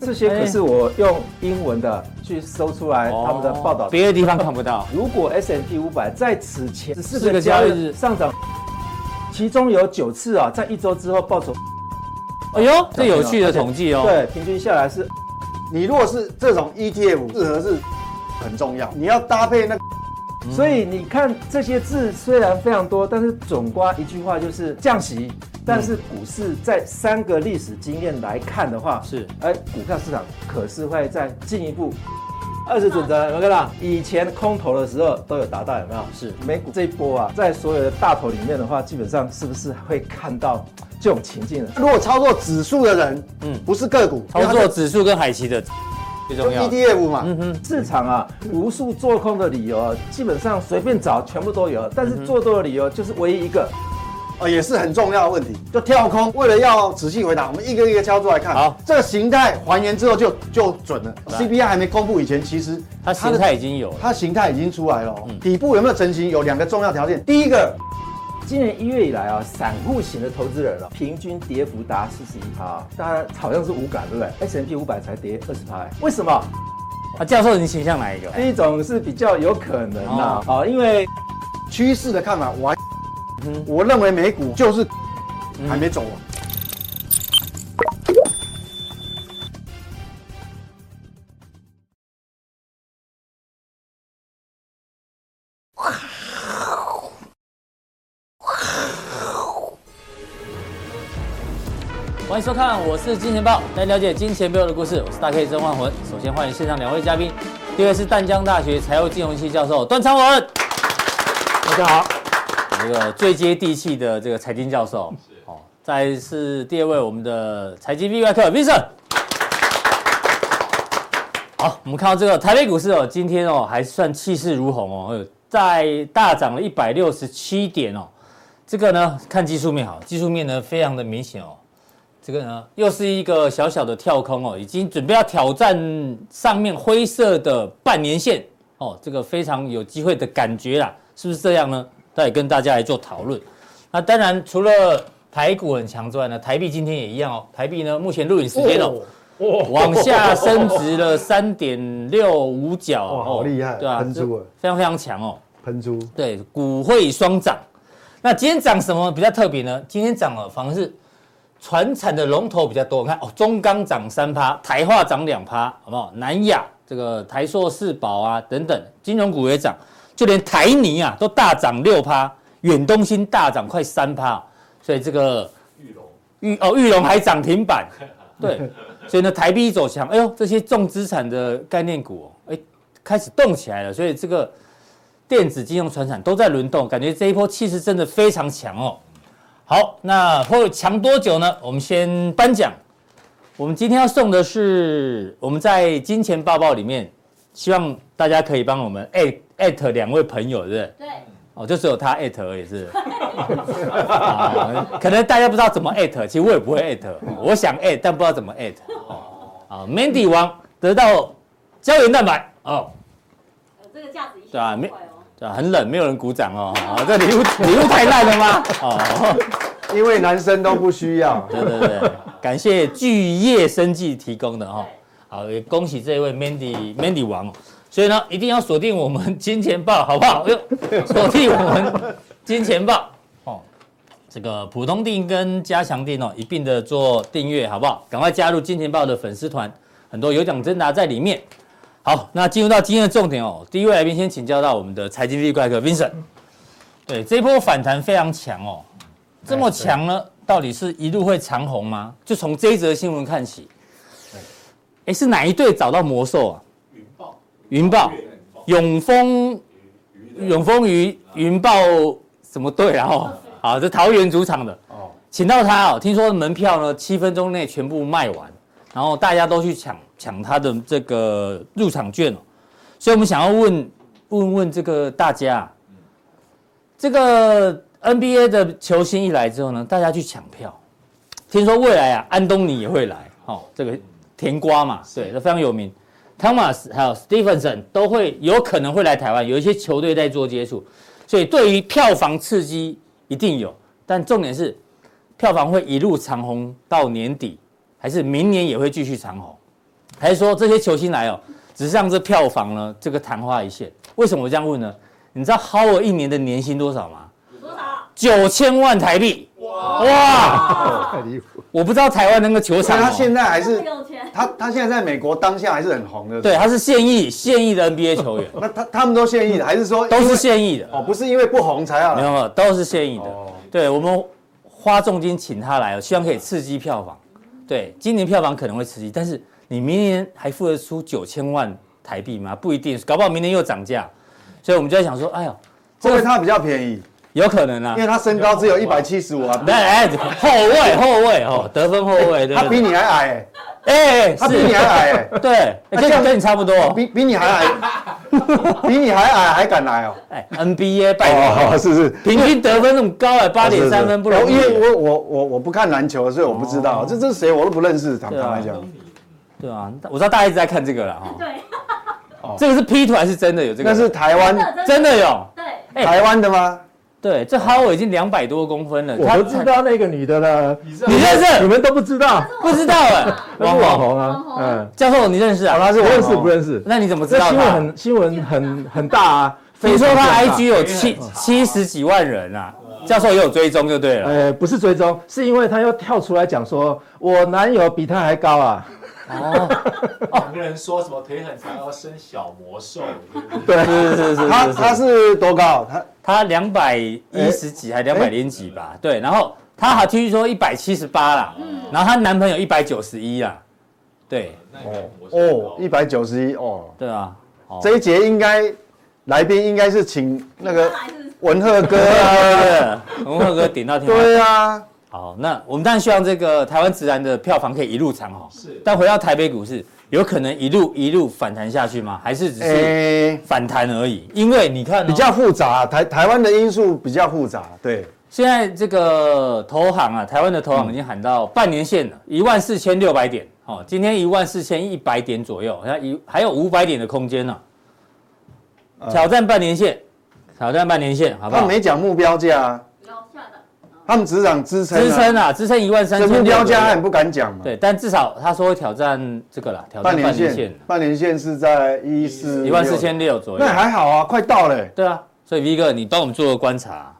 这些可是我用英文的去搜出来他们的报道。哦别的地方看不到。如果 S M P 五百在此前十四个个交交易易日日上涨，其中有九次啊，在一周之后报酬，哎呦，这有趣的统计哦。对，平均下来是你如果是这种 ETF，适合是很重要，你要搭配那个所以你看这些字虽然非常多，但是总瓜一句话就是降息。但是股市在三个历史经验来看的话，是哎，股票市场可是会再进一步。二十准则有没有啦？以前空头的时候都有达到，有没有？是美股这一波啊，在所有的大头里面的话，基本上是不是会看到这种情境呢？如果操作指数的人，嗯嗯，不是个股，操作指数跟海奇的最重要。 ETF 嘛，嗯哼，市场啊，无数做空的理由啊，基本上随便找全部都有，但嗯是做多的理由就是唯一一个，哦，也是很重要的问题。就跳空，为了要仔细回答，我们一个一个操作来看。好这个形态还原之后就就准了。来 CPI 还没公布以前，其实它形态已嗯经有了。它形态已经出来了、哦底部有没有成型？有两个重要条件，第一个今年一月以来啊，散户型的投资人啊，平均跌幅达四十一趴，大家好像是无感，对不对？S M P 五百才跌二十趴，欸为什么？啊，教授，你倾向哪一个？第一种是比较有可能啊，哦啊，因为趋势的看法，我还、嗯我认为美股就是还没走完。欢迎收看，我是金钱豹，来了解金钱背后的故事。我是大 K 曾焕文。首先欢迎现场两位嘉宾，第一位是淡江大学财务金融系教授段昌文，大家好。这个最接地气的这个财经教授，哦，再来是第二位我们的财经 B 外客 Vincent。好，我们看到这个台北股市哦，今天哦还算气势如虹哦，呃在大涨了一百六十七点哦。这个呢，看技术面好，技术面呢非常的明显哦。这个呢，又是一个小小的跳空哦，已经准备要挑战上面灰色的半年线哦，这个非常有机会的感觉啦，是不是这样呢？那也跟大家来做讨论。那当然，除了台股很强之外呢，台币今天也一样哦。台币呢，目前录影时间哦，往下升值了三点六五角哦，哇好厉害对啊，喷出了非常非常强哦。喷出对，股汇双涨。那今天涨什么比较特别呢？今天涨了，反而是船产的龙头比较多。你看哦，中钢涨三趴，台化涨两趴，好不好？南亚这个台塑、世宝啊等等，金融股也涨，就连台泥啊都大涨六趴，远东新大涨快三趴，所以这个玉龙玉哦玉龙还涨停板，对，所以呢台币一走强，哎呦这些重资产的概念股、哦，哎开始动起来了，所以这个。电子、金融、船产都在轮动，感觉这一波气势真的非常强哦。好，那会强多久呢？我们先颁奖。我们今天要送的是我们在金钱报报里面，希望大家可以帮我们艾艾特两位朋友，是不是？对，嗯哦，就只有他艾特而已，是 不是。啊可能大家不知道怎么艾特，其实我也不会艾特，我想艾但不知道怎么艾特。哦，啊，Mandy 王得到胶原蛋白哦。呃，这个价值一对啊千没多块哦。对啊，很冷，没有人鼓掌哦。哦这礼物礼物太烂了吗？哦，。因为男生都不需要 对对对，感谢巨业生技提供的哦。好，也恭喜这位 Mandy Mandy 王哦。所以呢，一定要锁定我们金钱豹， 好不好？哎呦锁定我们金钱豹哦。这个普通定跟加强定哦，一并的做订阅，好不好？赶快加入金钱豹的粉丝团，很多有奖征答在里面。好，那进入到今天的重点哦。第一位来宾先请教到我们的财经力怪客 Vincent。对，这一波反弹非常强哦，这么强呢，到底是一路会长红吗？就从这一则新闻看起。哎，是哪一队找到魔兽啊？云豹，云豹，永丰，永丰鱼云豹什么队啊？哦，好，这桃园主场的哦，请到他哦。听说门票呢，七分钟内全部卖完，然后大家都去抢抢他的这个入场券哦。所以我们想要问问问这个大家啊，这个 NBA 的球星一来之后呢，大家去抢票。听说未来啊，安东尼也会来，哦，这个甜瓜嘛，对，他非常有名。汤马斯还有 Stevenson 都会有可能会来台湾，有一些球队在做接触，所以对于票房刺激一定有。但重点是，票房会一路长红到年底，还是明年也会继续长红？还是说这些球星来哦，只是让这票房呢这个昙花一现？为什么我这样问呢？你知道 Howard 一年的年薪多少吗？多少？九千万台币！哇！太离谱。我不知道台湾那个球所场、以哦，他现在还还是用钱？他他现在在美国当下还是很红的。对，他是现役现役的 NBA 球员， 那他他们都现役的，还是说嗯都因是为现役的，哦，不是因为不红才要没来有没有，都是现役的。啊哦对我们花重金请他来，希望可以刺激票房。对，今年票房可能会刺激，但是你明年还付得出九千万台币吗？不一定，搞不好明年又涨价。所以我们就在想说，哎呦，会不会他比较便宜？有可能啊因。为他身高只有一百七十五啊，但哎，后卫后卫哦，得分后卫对他不比对？你还矮欸，哎，哎他比你还矮欸，对，哎那这样跟跟你差不多哦。比比你还矮，比你还矮还 敢来哦？哎，NBA 拜托，是是，平均得分那么高哎，八点三分不容易哦因。为我我我我不看篮球，所以我不知哦道这这是谁，我都不认识。坦对啊坦白讲，对啊，我知道大家一直在看这个了哈。 对，这个是 P 图还是真的啊有这个？哦那是台湾真真的有。对，哎台湾的吗？对，这哈维已经两百多公分了，我他不知道那个女的了，你认你识？们都不知道，不知道哎，那网是网红红网啊嗯红，嗯，教授你认识啊？不认识网红不认识？那你怎么知这道新闻他？很新闻很很大啊， 听说他非常大 IG 有七七十几万人啊，教授也有追踪就对了。呃，不是追踪，是因为他又跳出来讲说，我男友比他还高啊。哦，两个人说什么腿很长，然后生小 魔兽， 对，是是是他是他是，是多高？他他两百一十几还两百零几吧？对，然后他还听说一百七十八啦，然后她男朋友一百九十一啦，对哦哦，一百九十一哦。对啊，哦这一节应该来宾应该是请那个文赫 哥啊，个文赫哥顶到天花板。对啊，好，那我们当然希望这个台湾直男的票房可以一路长好。哦是但回到台北股市，有可能一路一路反弹下去吗？还是只是诶，反弹而已？因为你看哦、哎比较复杂，台台湾的因素比较复杂，对，现在这个投行啊，台湾的投行已经喊到半年线了，一万四千六百点。哦，今天一万四千一百点左右，好像一还有五百点的空间呢、挑战半年线，挑战半年线，好不啊他好？嗯没讲目标价啊，有下的，他们只讲支撑啊，支撑啊，支撑一万三这千。目标价他很不敢讲嘛，对，但至少他说会挑战这个啦，挑半战年半年线线。，半年线是在一四一万四，千六左右那。还好啊，快到了欸，对啊，所以 V 哥，你帮我们做个观察，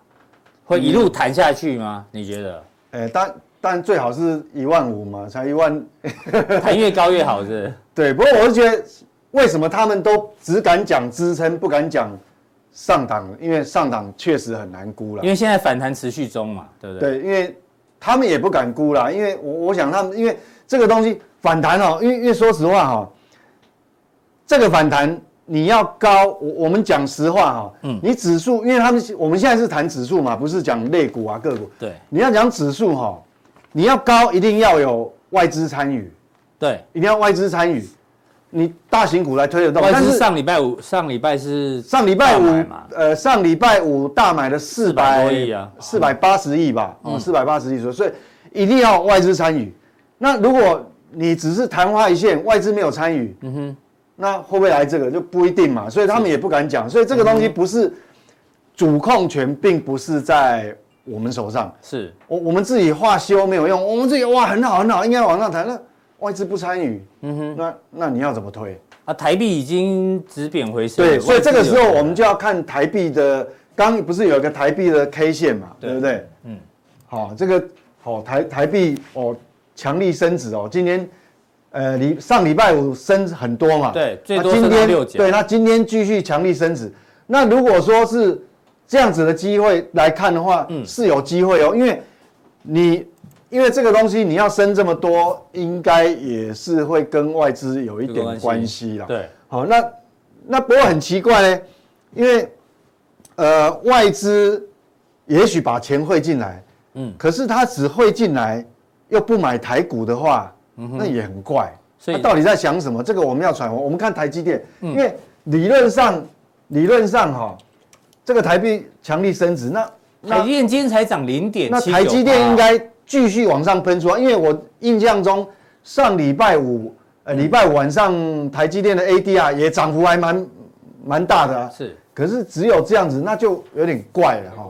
会一路弹下去吗？你觉 得哎，但但最好是一万五嘛，才一万，弹越高越好是不是？对，不过我是觉得为什么他们都只敢讲支撑，不敢讲上档，因为上档确实很难估了因，为现在反弹持续中嘛，对不对？对，因为他们也不敢估啦，因为我我想他们，因为这个东西反弹哦，因为因为说实话哈、哦，这个反弹你要高，我我们讲实话哈、哦，嗯，你指数，因为他们我们现在是谈指数嘛，不是讲类股啊个股，对你要讲指数哈、哦，你要高一定要有外资参与，对，一定要外资参与，你大型股来推得动，外哦但资是。上礼拜五，上礼拜是上礼拜大买五嘛，呃，上礼拜五大买了四400百多亿啊嗯四百八十亿吧，哦，四百八十亿左右，所以一定要外资参与。那如果你只是昙花一现，外资没有参与，嗯哼，那会不会来这个就不一定嘛，所以他们也不敢讲，所以这个东西不是主控权，并不是在我们手上，是我我们自己话修没有用，我们自己哇很好很好，应该往上谈，那外资不参与，嗯哼，那那你要怎么推？啊，台币已经止贬回升了，对，所以外资这个时候有我们就要看台币的，刚不是有一个台币的嗯 K 线嘛，对不对？嗯，好、这个好、台台币哦强力升值哦，今天呃礼上礼拜五升很多嘛，对最那多今升到天六角对，那今天继续强力升值，那如果说是这样子的机会来看的话，嗯是有机会哦，因为你。因为这个东西你要升这么多，应该也是会跟外资有一有点关系关系啦。对好，那那不过很奇怪呢，因为呃外资也许把钱汇进来，嗯嗯，可是他只汇进来又不买台股的话，那也很怪。嗯所以嗯他到底在想什么？这个我们要揣摩。我们看台积电，因为理论上理论上哈、这个台币强力升值，那那台积电今天才涨零点那七，台积电应该继续往上喷出啊，因为我印象中上礼拜五，嗯呃，礼拜五晚上台积电的 ADR 也涨幅还蛮蛮大的、啊，是可是只有这样子，那就有点怪了哈。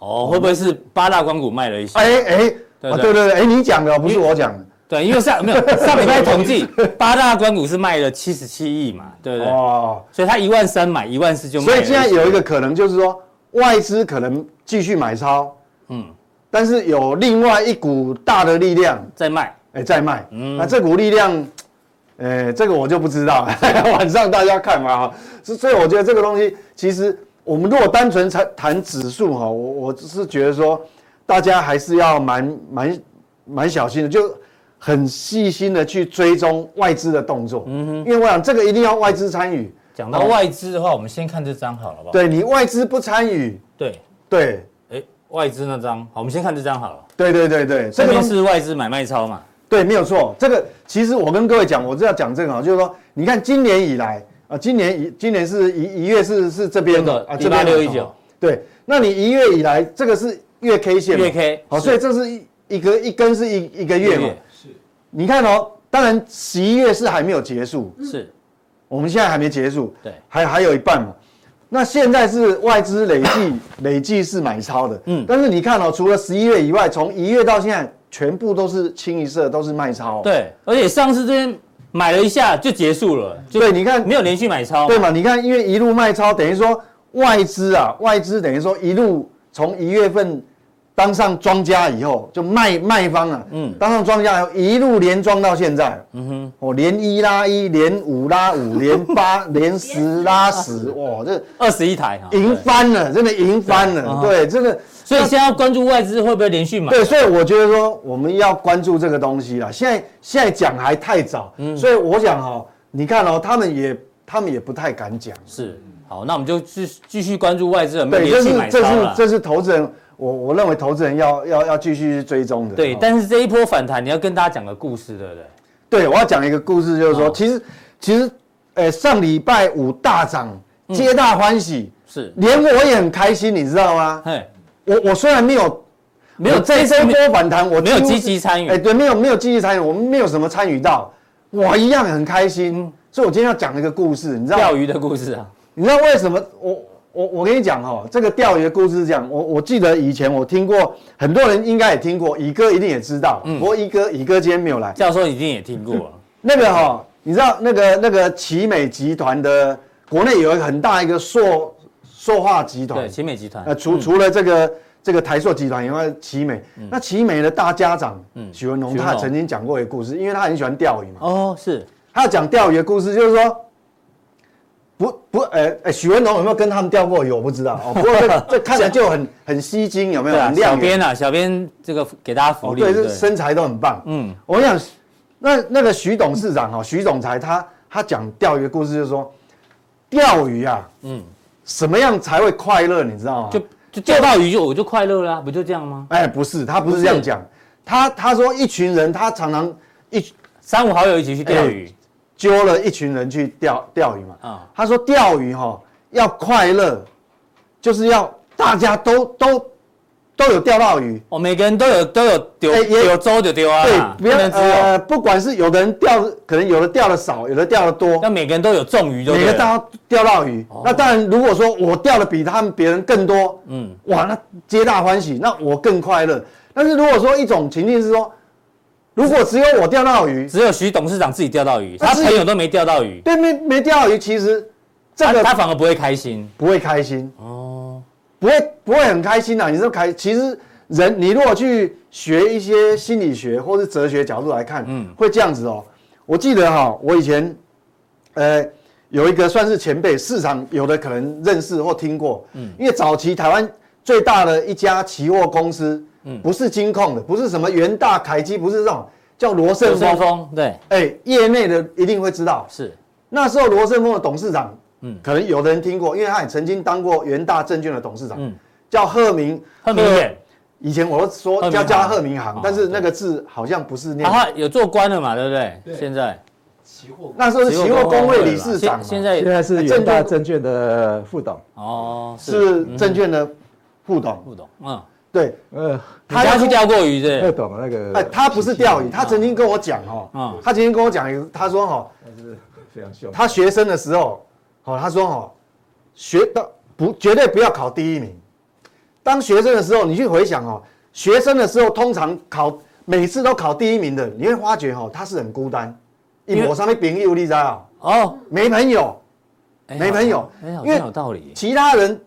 哦，会不会是八大光谷卖了一些？哎哎，对对啊对对对，哎你讲的哦不是我讲的，对，因为上没有上礼拜统 计，八大关股是卖了七十七亿嘛，对不对？哦，所以他一万三买，一万四就卖了。所以现在有一个可能就是说，外资可能继续买超，嗯嗯，但是有另外一股大的力量，在卖，哎、在卖，嗯那这股力量，呃、这个我就不知道 了，晚上大家看嘛哈。所所以我觉得这个东西，其实我们如果单纯谈谈指数哈，我我只是觉得说，大家还是要蛮蛮蛮小心的，就很细心的去追踪外资的动作，嗯哼，因为我想这个一定要外资参与，讲到外资的话，我们先看这张好了，好不好？对你外资不参与，对，对哎，外资那张，好，我们先看这张好了。对对对对，这这个边东西是外资买卖超嘛？对，没有错。这个其实我跟各位讲，我是要讲这个啊，就是说，你看今年以来啊，今年一今年是一一月是是这边的这个啊，这边的18619对，那你一月以来，这个是月 K 线嘛，月 K，好，是所以这是一一个一根是一一个月嘛一个。是你看哦，当然十一月是还没有结束，是，我们现在还没结束，对还还有一半嘛。那现在是外资 累计累计是买超的，嗯嗯，但是你看哦，除了十一月以外，从一月到现在，全部都是清一色都是卖超、哦，对，而且上次这边买了一下就结束了，就对，你看没有连续买超。对嘛？你看，因为一路卖超，等于说外资啊，外资等于说一路从一月份当上庄家以后，就卖卖方啊，嗯嗯，当上庄家以后一路连庄到现在，嗯哼，哦，连一拉一，连五拉 五，连八连十拉十，哇，这二十一台哈，赢对翻了，真的赢翻对啊了，对，真的。所以现在要关注外资会不会连续买。对，所以我觉得说我们要关注这个东西啦。现在现在讲还太早，所以我想哦，你看哦，他们也他们也不太敢讲。是，好，那我们就继继续关注外资有没有对，连这续是买超这是了。这是投资人，我我认为投资人要要要继续追踪的。对，哦但是这一波反弹，你要跟大家讲个故事，对不对？对我要讲一个故事，就是说，哦其实其实，呃，上礼拜五大涨，皆大欢喜，是，连我也很开心，你知道吗？嘿，我我虽然没有没有我这一这一波反弹，我没有几乎积是极参与哎，对，没有没有积极参与，我们没有什么参与到，我一样很开嗯心。所以我今天要讲一个故事，你知道吗钓鱼的故事啊，你知道为什么我我我跟你讲哈、这个钓鱼的故事是这样，我我记得以前我听过，很多人应该也听过，乙哥一定也知道，嗯不过乙哥乙哥今天没有来。教授一定也听过啊了。那个哈、你知道那个那个奇美集团的国内有一个很大一个塑塑化集团对，，奇嗯美集团呃，除除了这个这个台塑集团以外，奇美，那奇美的大家长许文龙嗯许文他龙曾经讲过一个故事，因为他很喜欢钓鱼嘛，哦，是他讲钓鱼的故事，就是说，不不，呃，呃许文龙有没有跟他们钓过鱼？我不 知道哦。不过这这看起来就很很吸睛，有没有？对啊，很亮小眼。编啊，小编这个给大家福哦，利，对，这身材都很棒。嗯嗯，我想那那个徐董事长哈、哦，徐总裁他他讲钓鱼的故事，就是说钓鱼啊，嗯嗯，什么样才会快乐？你知道吗？就就钓到鱼就我就快乐啦，不就这样吗？哎，不是，他不是这样讲，他他说一群人，他常常一三五好友一起去哎钓鱼，揪了一群人去钓钓鱼嘛。啊他说钓鱼哈、要快乐，就是要大家都都都有钓到鱼。哦，每个人都有都有丢哎也有粥就丢啊对，，不不要能只有，呃，不管是有的人钓，可能有的钓的少，有的钓的多要，每个人都有中鱼就每对哦个了。大家钓到鱼。那当然，如果说我钓的比他们别人更多，嗯嗯，哇，那皆大欢喜，那我更快乐。但是如果说一种情境是说，如果只有我钓到鱼，只有徐董事长自己钓到鱼，那他自朋己友都没钓到鱼，对面没钓到鱼，其实这他个他反而不会开心。不会开心，哦，不会不会很开心啊。你说开，其实人你如果去学一些心理学或是哲学角度来看，嗯嗯，会这样子哦。我记得哈、我以前，呃，有一个算是前辈，市场有的可能认识或听过，嗯，因为早期台湾最大的一家期货公司，嗯，不是金控的，不是什么元大、凯基，不是这种叫罗刘盛胜峰，峰对哎，业内的一定会知道，是那时候罗振峰的董事长，嗯，可能有的人听过，因为他也曾经当过元大证券的董事长，嗯叫贺明，很明显，以前我都贺说明叫航叫他贺明航哦，但是那个字好像不是念啊，。他有做官了嘛，对不对？对现在期货那时候是期货工会理事长嘛，现现在现在是远大证券的副董，哦是证券的副董。不懂，嗯，对，呃，你家去钓过鱼二的，董那个，哎，他不是钓鱼，他曾经跟我讲嗯哦，他曾经跟我讲一个，他说哦，他是非常凶，他学生的时候，哦，他说哦，学到不绝对不要考第一名。当学生的时候，你去回想哦，学生的时候通常考每次都考第一名的，你会发觉哈，他是很孤单，一抹上面朋友，你知道吗哦，没朋友，哎没朋友哎，好因为像有道理。其他人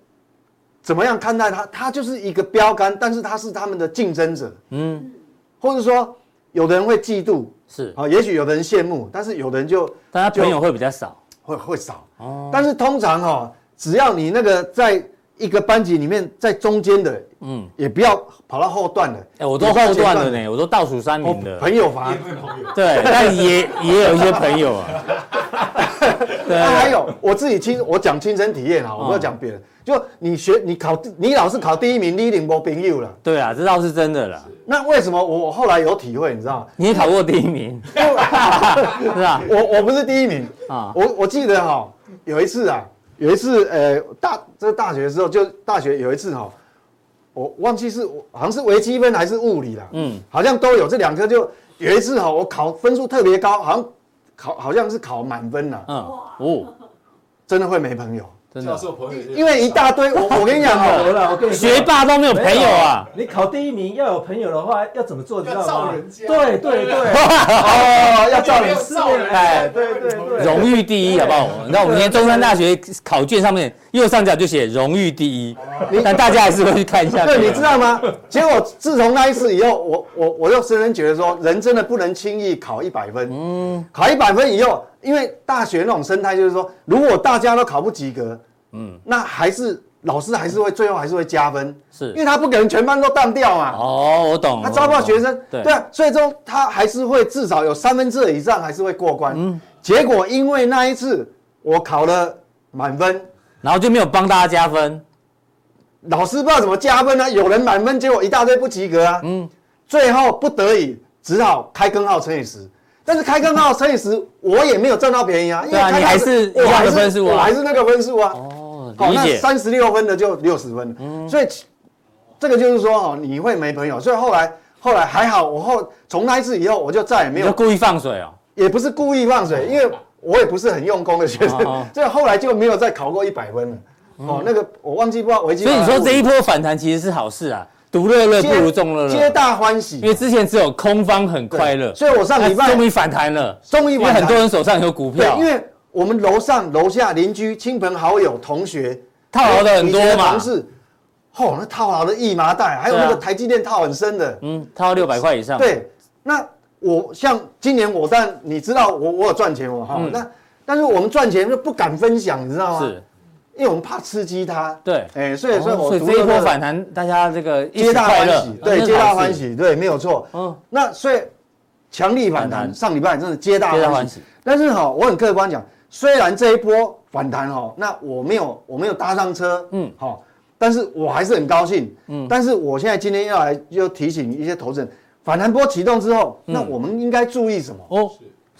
怎么样看待他？他就是一个标杆，但是他是他们的竞争者，嗯，或者说有的人会嫉妒，是，啊，也许有的人羡慕，但是有的人就大家朋友会比较少。会会少。哦但是通常哦，只要你那个在一个班级里面在中间的，嗯，也不要跑到后段的。哎，我都后段了呢，我都倒数三我名了。哦朋友乏。对，但也也有一些朋友啊。对那还有我自己亲，我讲亲身体验啊，我不要讲别人。就你学，你考，你老是考第一名，你一定没朋友了。对啊，这倒是真的啦。那为什么我我后来有体会，你知道吗？你也考过第一名， 是吧？我我不是第一名啊啊，我我记得哈、有一次啊，有一次呃大这大学的时候，就大学有一次哈、我忘记是好像是微积分还是物理啦，嗯嗯，好像都有这两科就。有一次哈、我考分数特别高，好像考好像是考满分啦、嗯，哦，真的会没朋友，真教的，授朋友因为一大堆我我跟你讲有 哦，了，我跟你说学霸都没有朋友啊。没有你考第一名要有朋友的话，要怎么做？你知道要造吗？人家对对对，哦要照没你有造人，哎对对对 荣誉第一，好不好？你知道我们今天中山大学考卷上面右上角就写荣誉第一，但大家还是会去看一下。对，你知道 吗？结果自从那一次以后，我我我就深深觉得说，人真的不能轻易考一百分。嗯，考一百分以后，因为大学那种生态就是说，如果大家都考不及格，嗯，那还是老师还是会最后还是会加分，因是为他不可能全班都当掉嘛。哦，我懂。他招不到学我生懂，对对，啊，所以说他还是会至少有三分之二以上还是会过关。嗯，结果因为那一次我考了满分，然后就没有帮大家加分。老师不知道怎么加分呢、啊有人满分，结果一大堆不及格啊。嗯嗯，最后不得已只好开根号乘以十。但是开根号乘以十，我也没有占到便宜啊，因对啊开根号你还是我一样还的是分数啊我还是那个分数啊。哦，好，理那解。嗯三十六分的就六十分了。所以其这个就是说哦，你会没朋友。所以后来后来还好，我后从那一次以后，我就再也没你就有，故意放水哦。也不是故意放水，因为我也不是很用功的学生哦哦，所以后来就没有再考过一百分了。哦，那个我忘记不知道维基所以百你科。说这一波反弹其实是好事啊，独乐乐不如众乐皆乐，大欢因为喜。之前只有空方很快乐，所以我上礼那拜终于反弹了，终于因为晚很了多人手上有股对票，，因为我们楼上楼下邻居、亲朋好友、同学套牢的很以多前的嘛同，事，哦，那套牢的一麻袋，还有对啊那个台积电套很深的，嗯，套到六百块以上，，对。那我像今年我，但你知道我我有赚钱哦我哈，嗯那但是我们赚钱就不敢分享，你知道吗？是，因为我们怕刺激他。对。哎，所以所以哦我所以独这一乐波乐反弹，大家这个一皆起大快欢乐喜，，啊对，皆大欢。那是好事喜，对，没有错。嗯，那所以强力反反弹，弹上礼拜真的皆大皆大欢欢喜喜。但是哈、我很客观讲，虽然这一波反弹哈、那我没有我没有搭上车，嗯嗯，好、但是我还是很高兴，嗯，但是我现在今天要来就提醒一些投资人，反弹波启动之后，嗯那我们应该注意什么？哦，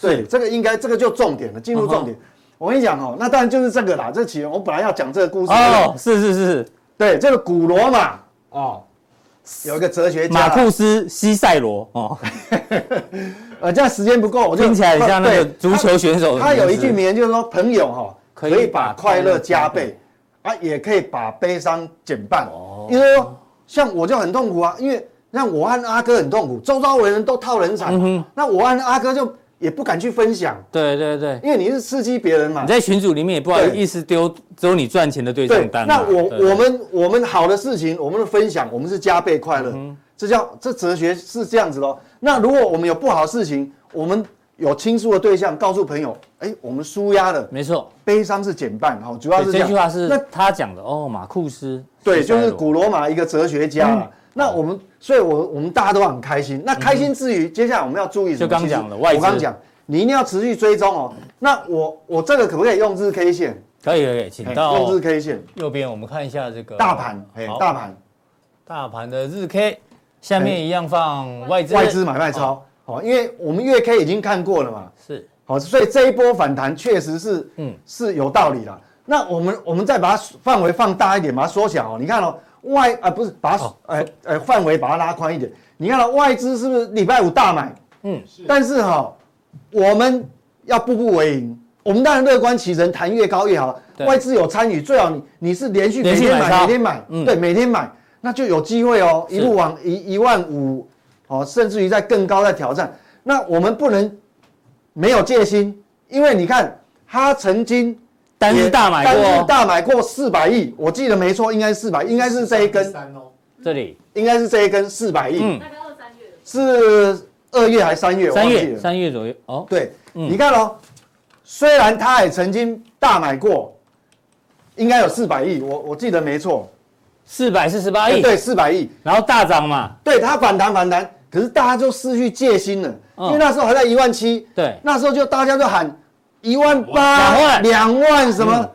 对，这个应该这个就重点了，进嗯入重点。我跟你讲哦，那当然就是这个啦，这起源我本来要讲这个故事，哦，是是是是，对，这个古罗马哦，有一个哲学家马库斯西塞罗 哦，呃，这样时间不够，我就呃听起来很像那个对足球选手的他。他有一名句字名言，就是说朋友哈、可可以以把快乐加哦把快乐加哦倍，啊，也可以把悲伤减半。因为说像我就很痛苦啊，因为让我和阿哥很痛苦，周遭的人都套人场，嗯那我和阿哥就也不敢去分享，对对对，因为你是刺激别人嘛你。在群组里面也不好对意思丢只有你赚钱的对对账，单嘛。那我啊对我们我们好的事情，我们的分享，我们是加倍快嗯乐，这叫这哲学是这样子咯。那如果我们有不好的事情，我们有倾诉的对象，告诉朋友，哎，我们舒压了，没错，悲伤是减半，好，主要对是这样句话是那他讲的哦，马库斯对，西塞就罗嗯是古罗马一个哲学家啦。那我们，所以我我们大家都很开心。那开心之余，接下来我们要注意什么？嗯就刚其实讲了外资我刚讲，你一定要持续追踪哦。那我我这个可不可以用日 K 线？可以可以，请嘿到用日 K 线，右边我们看一下这个大盘，哎好，大盘大盘的日 K，下面一样放外资外资买卖超，好，因为我们月 K 已经看过了嘛，是好，所以这一波反弹确实是，嗯嗯，是有道理的。那我们我们再把它范围放大一点，把它缩小哦。你看哦，外啊、不是把它哦呃呃范围把它拉宽一点。你看哦，外资是不是礼拜五大买？嗯嗯，但是哈、我们要步步为营。我们当然乐观其成，谈越高越好。对外资有参与，最好你你是连续连每续天买超买，每天买，嗯对，每天买，那就有机会哦，一路往一一万五哦，甚至于在更高在挑战。那我们不能没有戒心，因为你看他曾经单日大买过嗯单日哦，大买过四百亿，我记得没错，应该是四百，应该是这一根，三哦，这里，应该是这一根四百亿，嗯，大概二三月的时是二月还是三月？我三忘记月了。三月左右哦，对，嗯你看哦，虽然他也曾经大买过，应该有四百亿，我我记得没错，四百四十八亿，对，四百亿，然后大涨嘛，对他反弹反弹，可是大家就失去戒心了，嗯因为那时候还在一万七，对，那时候就大家就喊一万两八、万嗯两万什么，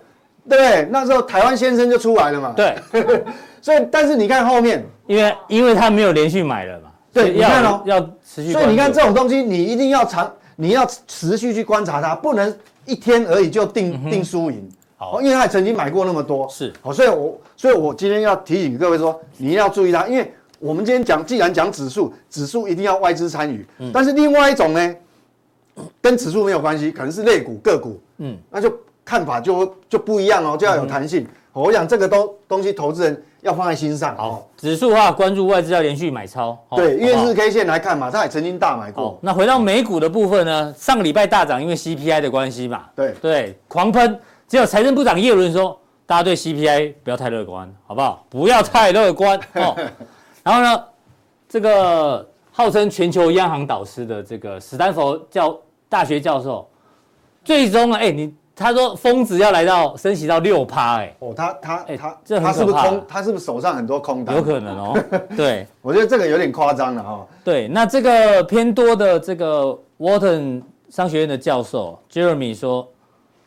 对不对？那时候台湾先生就出来了嘛，，对，所以但是你看后面，因为因为他没有连续买了嘛，对所以你要看哦要持续关注，所以你看这种东西，你一定要长，你要持续去观察它，不能一天而已就定、定输赢。嗯好哦因为他也曾经买过那么多，是好、所以我所以我今天要提醒各位说，你一定要注意它，因为我们今天讲，既然讲指数，指数一定要外资参与，嗯但是另外一种呢，跟指数没有关系，可能是类股个股，嗯嗯，那就看法就就不一样哦，就要有弹性。好我想这个都东西，投资人要放在心上。哦好，指数的话关注外资要连续买超，哦对，因为好不好日 K 线来看嘛，它也曾经大买好过，，那回到美股的部分呢，上个礼拜大涨，因为 CPI 的关系嘛，对对，狂喷。只有财政部长耶伦说，大家对 CPI 不要太乐观，好不好？不要太乐观哦。然后呢，这个号称全球央行导师的这个史丹佛教大学教授，最终啊，哎，你他说峰值要来到升息到六趴，哎，哦，他他哎他这很他是不可是怕空？他是不是手上很多空单？有可能哦。对我觉得这个有点夸张了哦哈。对，那这个偏多的这个 Wharton 商学院的教授 Jeremy 说。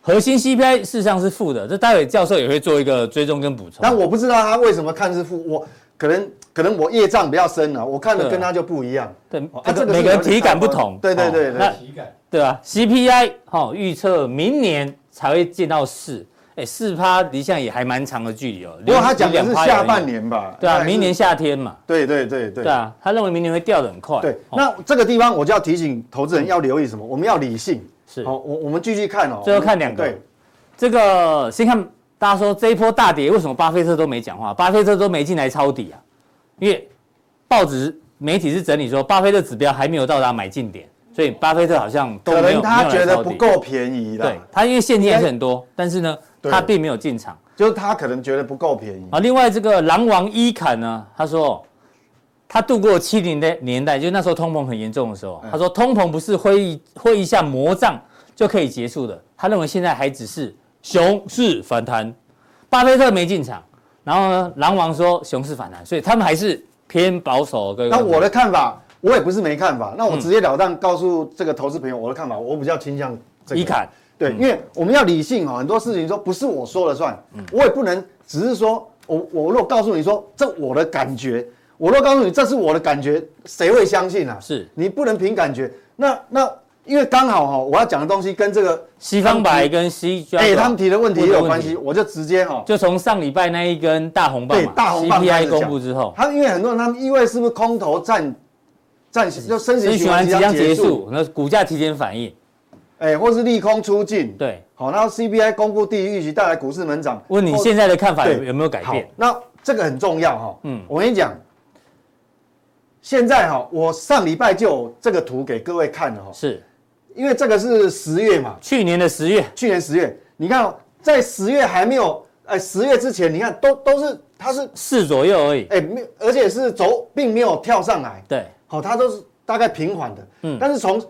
核心 CPI 事实上是负的，这待会教授也会做一个追踪跟补充。但我不知道他为什么看是负，我可能可能我业障比较深了，我看对的啊跟他就不一样。对，哦这啊这个个每是个人有点体感差不不多同。对对哦对对那体感对啊吧？CPI 哈哦预测明年才会见到四，哎，四趴离现在也还蛮长的距离哦。不过他讲的是离2%下半，年吧？对大啊，概是明年。夏天嘛，对对对对对。啊，他认为明年会掉得很快。对，哦那这个地方我就要提醒投资人要留意什么？我们要理性。是好，我我们继续看哦。最后看两个对，这个先看大家说这一波大跌，为什么巴菲特都没讲话？巴菲特都没进来抄底啊？因为报纸媒体是整理说，巴菲特指标还没有到达买进点，所以巴菲特好像都可没有能他没有觉来抄底得不够便宜啦对，他因为现金还是很多，但是呢，他并没有进场就是他可能觉得不够便宜。啊。另外，这个狼王伊坎呢，他说他度过七零的年代，就是那时候通膨很严重的时候，嗯他说通膨不是会议会议下魔杖就可以结束的，他认为现在还只是熊市反弹。巴菲特没进场，然后呢，狼王说熊市反弹，所以他们还是偏保守。各位那观众我的看法，我也不是没看法。那我嗯直截了当告诉这个投资朋友我的看法，我比较倾向这个。伊坎，对，因为我们要理性哈，哦很多事情说不是我说了算，嗯我也不能只是说我我如果告诉你说这我的感觉，我若告诉你这是我的感觉，谁会相信啊？是你不能凭感觉。那那因为刚好哈，哦我要讲的东西跟这个西方白跟西哎、他们提的问题也有关系，啊问我就直接哦哈。就从上礼拜那一根大红棒对嘛大红棒开，CPI 始讲公布之后，他们因为很多人他们因为是不是空头占占就升升息息循循环环即即将将结结束，束，那股价提前反应。哎、或是利空出尽，对，好，然后 CPI 公布低于预期，带来股市猛涨。哦问你后现在的看法有对有没有改好变？那这个很重要哈。嗯嗯，我跟你讲，现在哈，我上礼拜就有这个图给各位看了哈，是因为这个是十月嘛，去年的十月，去年十月，你看哦在十月还没有，哎，十月之前，你看都都是它是，四左右而已。哎，没有，而且是走，并没有跳上来，对，好，它都是大概平缓的。嗯嗯，但是从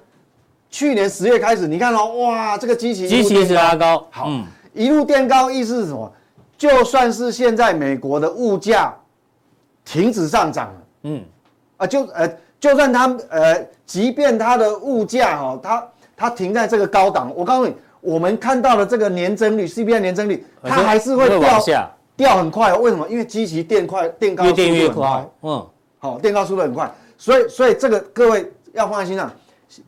去年十月开始，你看哦，哇，这个基期基期一直拉高。好，嗯，一路垫高意思是什么？就算是现在美国的物价停止上涨了，嗯，啊，就呃，就算它呃，即便它的物价哦，它它停在这个高档，我告诉你，我们看到的这个年增率 CPI 年增率，它还是会呃往掉下，掉很快、哦，为什么？因为基期垫快垫高越速度垫越很快快，。嗯，好、垫高速度很快，所以所以这个各位要放在心上，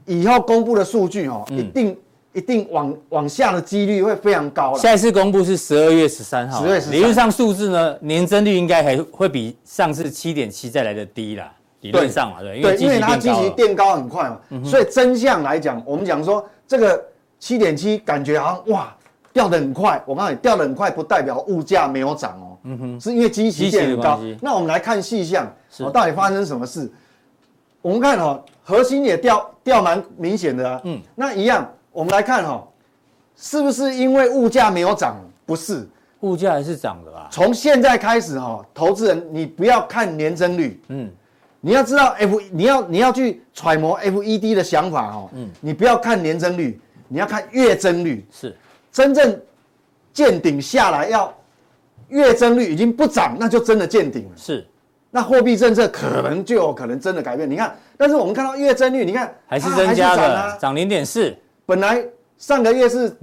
以后公布的数据哦，嗯一定一定往往下的几率会非常高了。下一次公布是十二月十三号。 12月13理论上数字呢，年增率应该还会比上次七点七再来的低啦。理论上嘛，对，因为对，基因期为它变基高期了。嗯垫高很快嘛，所以真相来讲，我们讲说这个七点七感觉好像哇掉得很快，我告诉你掉得很快不代表物价没有涨哦，是因为基嗯基期期垫的很高关系。那我们来看细项，是哦，到底发生什么事？我们看哈、哦，核心也掉掉蛮明显的啊。嗯嗯，那一样，我们来看哈、哦，是不是因为物价没有涨？不是，物价还是涨的啊吧？从现在开始哈、哦，投资人你不要看年增率，嗯，你要知道 F，你要你要去揣摩 FED 的想法哦。嗯，你不要看年增率，你要看月增率。是，真正见顶下来要月增率已经不涨，那就真的见顶了。是，那货币政策可能就有可能真的改变。你看，但是我们看到月增率，你看还是它增加还是涨的，啊。涨零点四，本来上个月是0.39是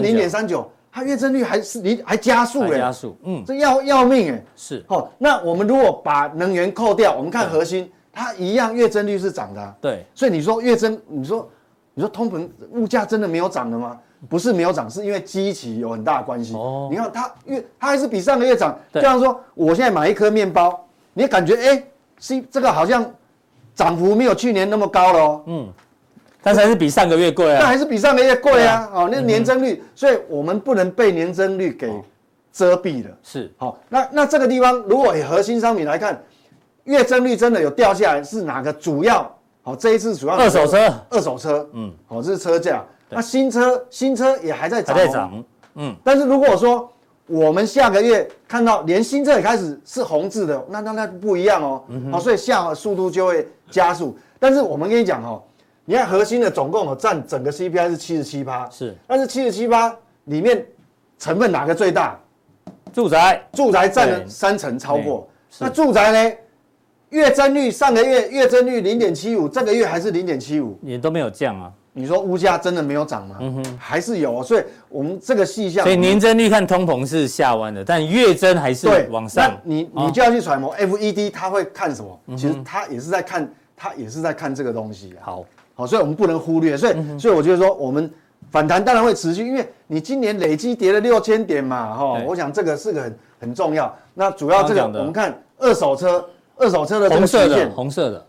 零点三哎九，它月增率还是你还加速还嘞、加速，嗯，这要要命哎、是，哦，那我们如果把能源扣掉，我们看核心，它一样月增率是涨的啊、对，所以你说月增，你说你说通膨物价真的没有涨了吗？不是没有涨，是因为基期有很大的关系。哦你看它月它还是比上个月涨。对就像说我现在买一颗面包，你感觉哎，是这个好像涨幅没有去年那么高了嗯哦，但是还是比上个月贵但啊，还是比上个月贵啊。哦，嗯那年增率，所以我们不能被年增率哦给遮蔽了。是，好、那那这个地方如果以核心商品来看，月增率真的有掉下来，是哪个主要？好、这一次主要二手车二手车，嗯嗯，好、这是车价。那新车新车也还在还涨、哦在。涨，嗯，但是如果说我们下个月看到连新车也开始是红字的，那那那不一样哦，好、嗯所以下滑速度就会加速。但是我们跟你讲哦，你看核心的总共哦占整个 CPI 是七十七趴，是但是七十七趴里面成分哪个最大？住宅住宅占了对三成超过。是那住宅呢？月增率上个月月增率零点七五，这个月还是零点七五。也都没有降啊，你说物价真的没有涨吗？还是有哦、所以我们这个细项，嗯所以年增率看通膨是下弯的，但月增还是对往上那，你哦嗯你就要去揣摩 FED 它会看什么？其实它也是在看，它也是在看这个东西啊。好，好，所以我们不能忽略。所嗯以，所以我觉得说，我们反弹当然会持续，因为你今年累积跌了六千点嘛，哈、对我想这个是个很很重要。那主要这个刚刚讲的我们看二手车，二手车的这红个色曲的线，红色的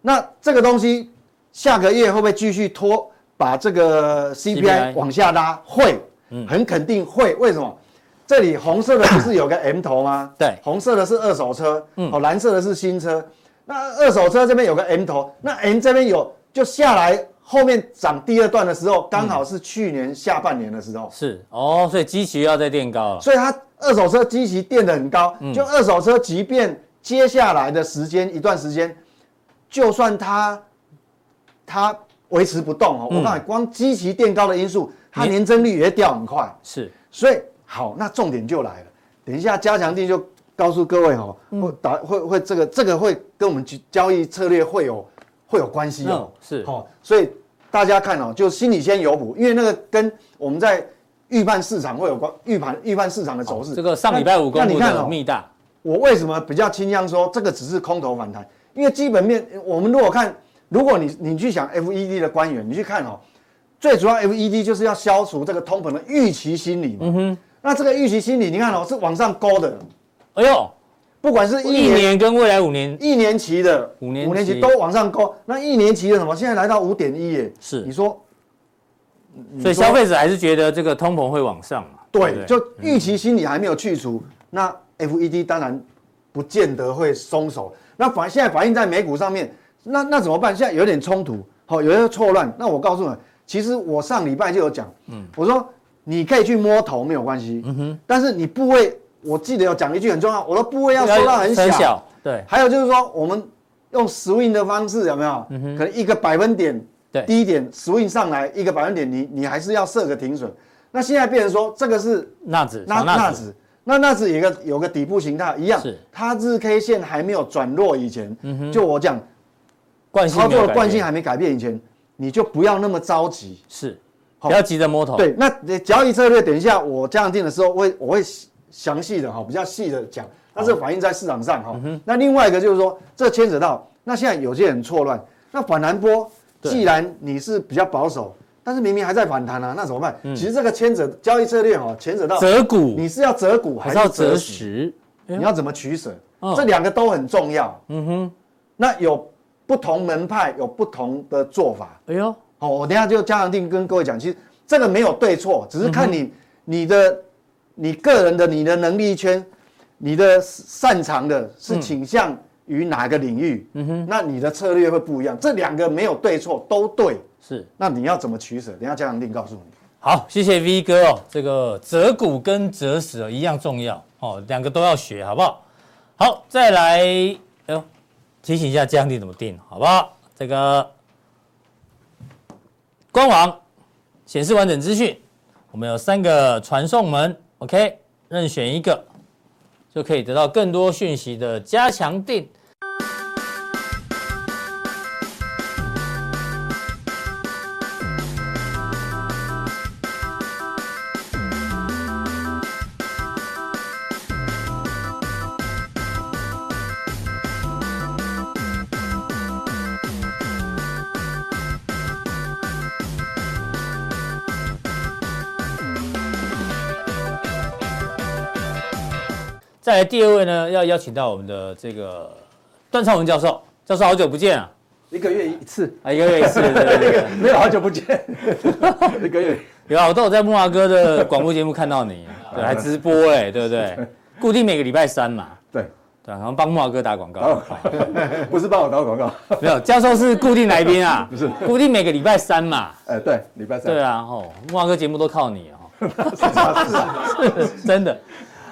那这个东西下个月会不会继续拖把这个 CPI CPI 往下拉？会，很肯定会。为什么？这里红色的不是有个 M 头吗？对红色的是二手车，哦，蓝色的是新车。那二手车这边有个 M 头，那 M 这边有就下来，后面涨第二段的时候，刚好是去年下半年的时候，是哦，所以基期又要再垫高了，所以它二手车基期垫得很高，就二手车即便接下来的时间一段时间，就算它它维持不动哦，我告诉你，光基期垫高的因素，它你年增率也掉很快，是所以好，那重点就来了，等一下加强定就告诉各位哦，会打会会这个这个会跟我们交易策略会有会有关系哦嗯，是哦，所以大家看哦，就心里先有谱，因为那个跟我们在预判市场会有关，预判预判市场的走势。这个上礼拜五那公那布你看的哦，密大我为什么比较倾向说这个只是空头反弹？因为基本面，我们如果看，如果你你去想 FED 的官员，你去看哦，最主要 FED 就是要消除这个通膨的预期心理嘛。嗯那这个预期心理，你看哦，是往上勾的，哎呦，不管是一年跟未来五年一年期的、五年期期都往上勾，那一年期的什么？现在来到五点一耶，是你说所以消费者还是觉得这个通膨会往上嘛？对，不就预期心理还没有去除，那 FED 当然不见得会松手。那反现在反映在美股上面，那那怎么办？现在有点冲突，好、有些错乱。那我告诉你们，其实我上礼拜就有讲，嗯，我说你可以去摸头没有关系，嗯哼，但是你部位，我记得有讲一句很重要，我的部位要缩到很很小小，对还有就是说，我们用 swing 的方式有没有？可能一个百分点嗯对低点 swing 上来一个百分点，你你还是要设个停损。那现在变成说，这个是纳指，那小那纳指指，那那指有个有个底部形态一样是，嗯它日 K 线还没有转弱以前，就我讲惯性没操有改作的变惯性还没改变以前，你就不要那么着急。是，好不要急着摸头，，对，那你交易策略，等一下我这样定的时候，我会我会详细的哈，比较细的讲，那哦这反映在市场上嗯哈。那另外一个就是说，这牵扯到那现在有些人错乱，那反弹波，对既然你是比较保守，但是明明还在反弹啊，那怎么办？其实这个牵扯交易策略哈，牵扯到折嗯股你是要择股还还是要是择择时，时，你要怎么取舍嗯，这两个都很重要。嗯哼，那有不同门派有不同的做法。哎呦，好、哦我等一下就加强定跟各位讲，其实这个没有对错，只是看你、你的嗯你个人的你的能力圈，你的擅长的是倾向于哪个领域，那你的策略会不一样。这两个没有对错，都对。是那你要怎么取舍？等一下嘉良定告诉你。好，谢谢 V 哥哦。这个择股跟择时哦一样重要哦，两个都要学，好不好？好，再来，哎呦，提醒一下降定怎么定，好不好？这个官网显示完整资讯，我们有三个传送门，OK，任选一个就可以得到更多讯息的加强定。再来第二位呢，要邀请到我们的这个段昌文教授，教授好久不见啊，一个 月一次，啊，一个月一次，对对对。没有好久不见， 一个月 有啊，我都有在木华哥的广播节目看到你， 对，还直播哎、对不对？固定每个礼拜三嘛，对，对，哦好像帮木华哥打广告，不是帮我打广告， 没有，教授是固定来宾 啊，固定每个礼拜三 嘛，呃哎，对，礼拜三对啊，哦，木华哥节目都靠你 哦，是真的。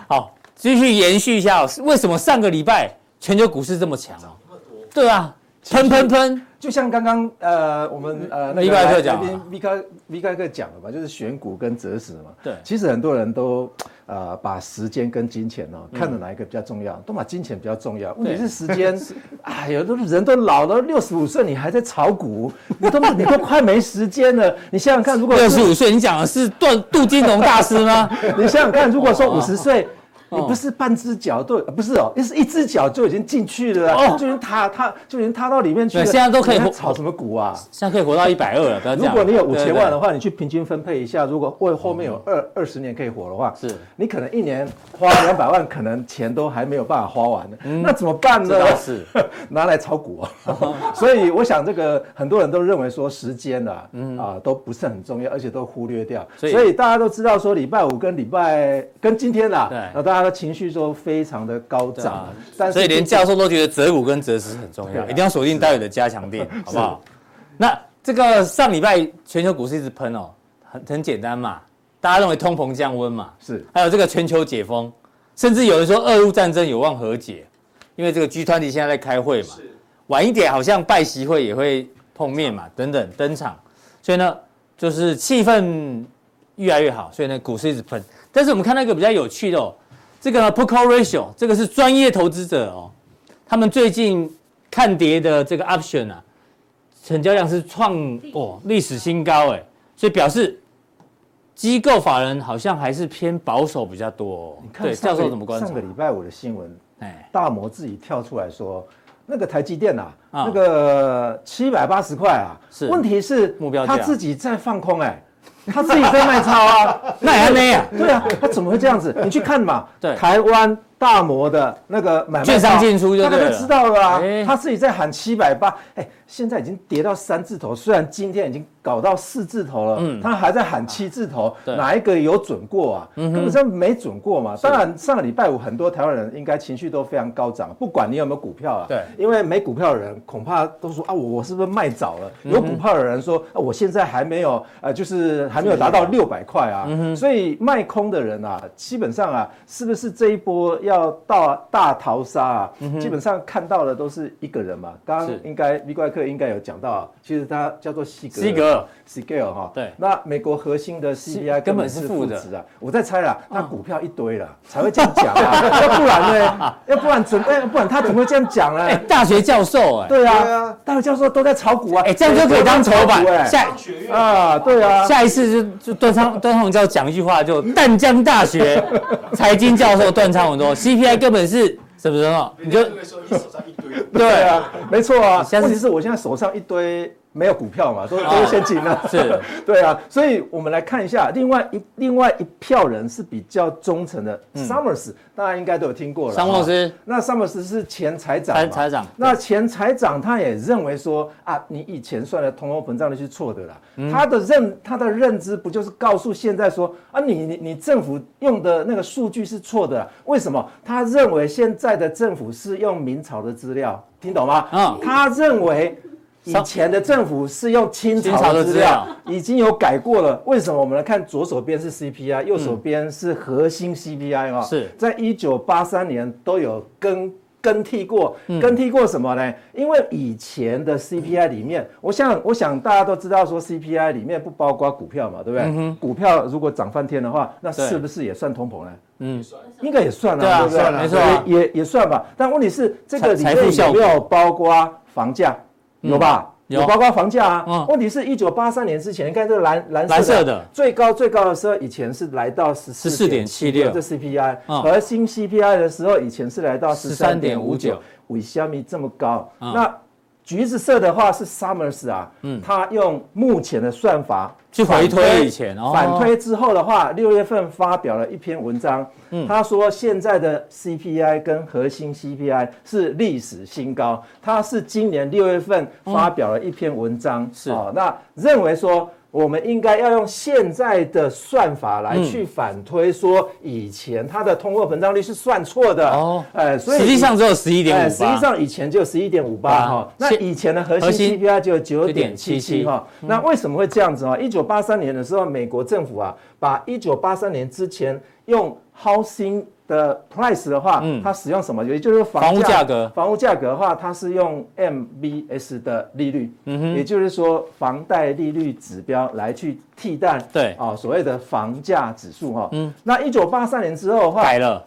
好，继续延续一下、哦，为什么上个礼拜全球股市这么强哦？那么多对啊，喷喷喷，就像刚刚呃，我们呃那 V 个怪客来讲来了宾 V 哥 V 怪客讲了嘛，就是选股跟择时嘛。对其实很多人都呃把时间跟金钱哦，嗯看着哪一个比较重要，都把金钱比较重要。问题是时间， 哎呀，都人都老了，六十五岁你还在炒股，你都你都快没时间了。你想想看，如果六是十五岁，你讲的是段杜金龙大师吗？ 你想想看，如果说五十岁，哦你不是半只脚都呃不是哦，是一只脚就已经进去了啊，哦就已经踏踏就已经踏到里面去了。对现在都可以你还活炒什么股啊？现在可以活到一百二了，不要这如样。果你有五千万的话，话，你去平均分配一下，如果为后面有二二十年可以活的话，嗯是你可能一年花两百万，可能钱都还没有办法花完呢，那怎么办呢嗯这？倒是 拿来炒股 啊。所以我想，这个很多人都认为说时间啊，啊都不是很重要，而且都忽略掉。嗯所以所以大家都知道说，礼拜五跟礼拜跟今天啦对，啊那大家的情绪都非常的高涨，啊但所以连毕竟教授都觉得择股跟择时很重要，对啊一定要锁定待会的加 强点，好不好？那这个上礼拜全球股市一直喷哦，很很简单嘛，大家认为通膨降温嘛，是还有这个全球解封，甚至有人说俄乌战争有望和解，因为这个 G 团体现在在开会嘛，是晚一点好像拜习会也会碰面嘛，等等登场，所以呢，就是气氛越来越好，所以呢，股市一直喷。但是我们看到一个比较有趣的哦，这个 p o c o Ratio 这个是专业投资者哦，他们最近看跌的这个 option 啊，成交量是创哦历史新高哎，所以表示机构法人好像还是偏保守比较多、哦。你看对，上教个授怎么观察上个？礼拜五的新闻，哎，大摩自己跳出来说，那个台积电啊，啊那个七百八十块啊，是问题是目标价他自己在放空哎、他自己在卖超啊， 那也还没啊，对啊，他怎么会这样子？你去看嘛，对台湾大摩的那个买卖券商报进出就大对家了就知道了啊哎，他自己在喊七百八，哎，现在已经跌到三字头，虽然今天已经搞到四字头了，嗯他还在喊七字头，对嗯哪一个有准过啊？根本上没准过嘛。当然，上个礼拜五很多台湾人应该情绪都非常高涨，不管你有没有股票啊，对因为没股票的人恐怕都说啊，我我是不是卖早了？嗯有股票的人说啊，我现在还没有，呃，就是还没有达到六百块啊，嗯所以卖空的人啊，基本上啊，是不是这一波要到大逃杀啊？基本上看到的都是一个人嘛。刚刚嗯是应该李怪客应该有讲到啊，其实他叫做西格西格尔 scale 哈，对那美国核心的 CPI 根根本本是是负负的值啊，我在猜啦，那股票一堆了才会这样讲啊， 要不然 呢？要不然怎哎，要不然他怎么会这样讲呢哎，？大学教授哎，对对啊啊，大伟教授都在炒股啊，哎，这样就可以当筹谁都在板，炒下商学股院哎啊，对啊，下一次就就段昌段昌文教授讲一句 话，就淡江大学财经教授段昌文说 CPI 根本是什么什么，你就 那个时候你手上一堆，对对啊，没错啊。下次问题是我现在手上一堆没有股票嘛，都都现金啊。是， 对啊，所以我们来看一下，另外一另外一票人是比较忠诚的，Summers，大家应该都有听过了。商务老师哈，那嗯 Summers 是前财长嘛，财财长那前财长他也认为说啊，你以前算的通货膨胀率是错的啦。嗯他的认他的认知不就是告诉现在说啊，你你你政府用的那个数据是错的啦？为什么？他认为现在的政府是用明朝的资料，听懂吗？嗯他认为。以前的政府是用清清朝朝的的资资料料，已经有改过了。为什么？我们来看左手边是 CPI，右手边是核心 CPI 啊、哦。是在一九八三年都有更更替过，嗯更替过什么呢？因为以前的 CPI 里面，我想我想大家都知道说 CPI 里面不包括股票嘛，对不对？股票如果涨翻天的话，那嗯对是不是也算通膨呢？嗯，应该也算了，对啊不对？算啊没错啊也也也算吧。但问题是，这个里财财富面效有果嗯没有包括房价？有吧？有包括房价嗯啊。问题是，一九八三年之前，你看这个蓝蓝蓝色色的的最高最高的时候，以前是来到十四14.76这 CPI 嗯核心 CPI 的时候，以前是来到十三点五13.59九，为虾米这么高？嗯那橘子色的话是 Summers 啊，他用目前的算法去回推以前哦反推之后的话，六月份发表了一篇文章，嗯他说现在的 CPI 跟核心 CPI 是历史新高，他是今年六月份发表了一篇文章，嗯是哦，那认为说。我们应该要用现在的算法嗯来去反推，说以前它的通货膨胀率是算错的哦哦，哎，所以实际上只有十一哎点五实际八，上以前就十一点五啊八哈，那现以前的核核心心 CPI 就九点七9.77七哈。那为什么会这样子啊？一九八三年的时候，美国政府啊，把一九八三年之前用 housing 的 price 的话，它使用什么？也就是嗯房房屋价格房屋价格的话，它是用 MBS 的利率，嗯也就是说房贷利率指标来去替代对嗯啊所谓的房价指数哈。那一九八三年之后的话，改了，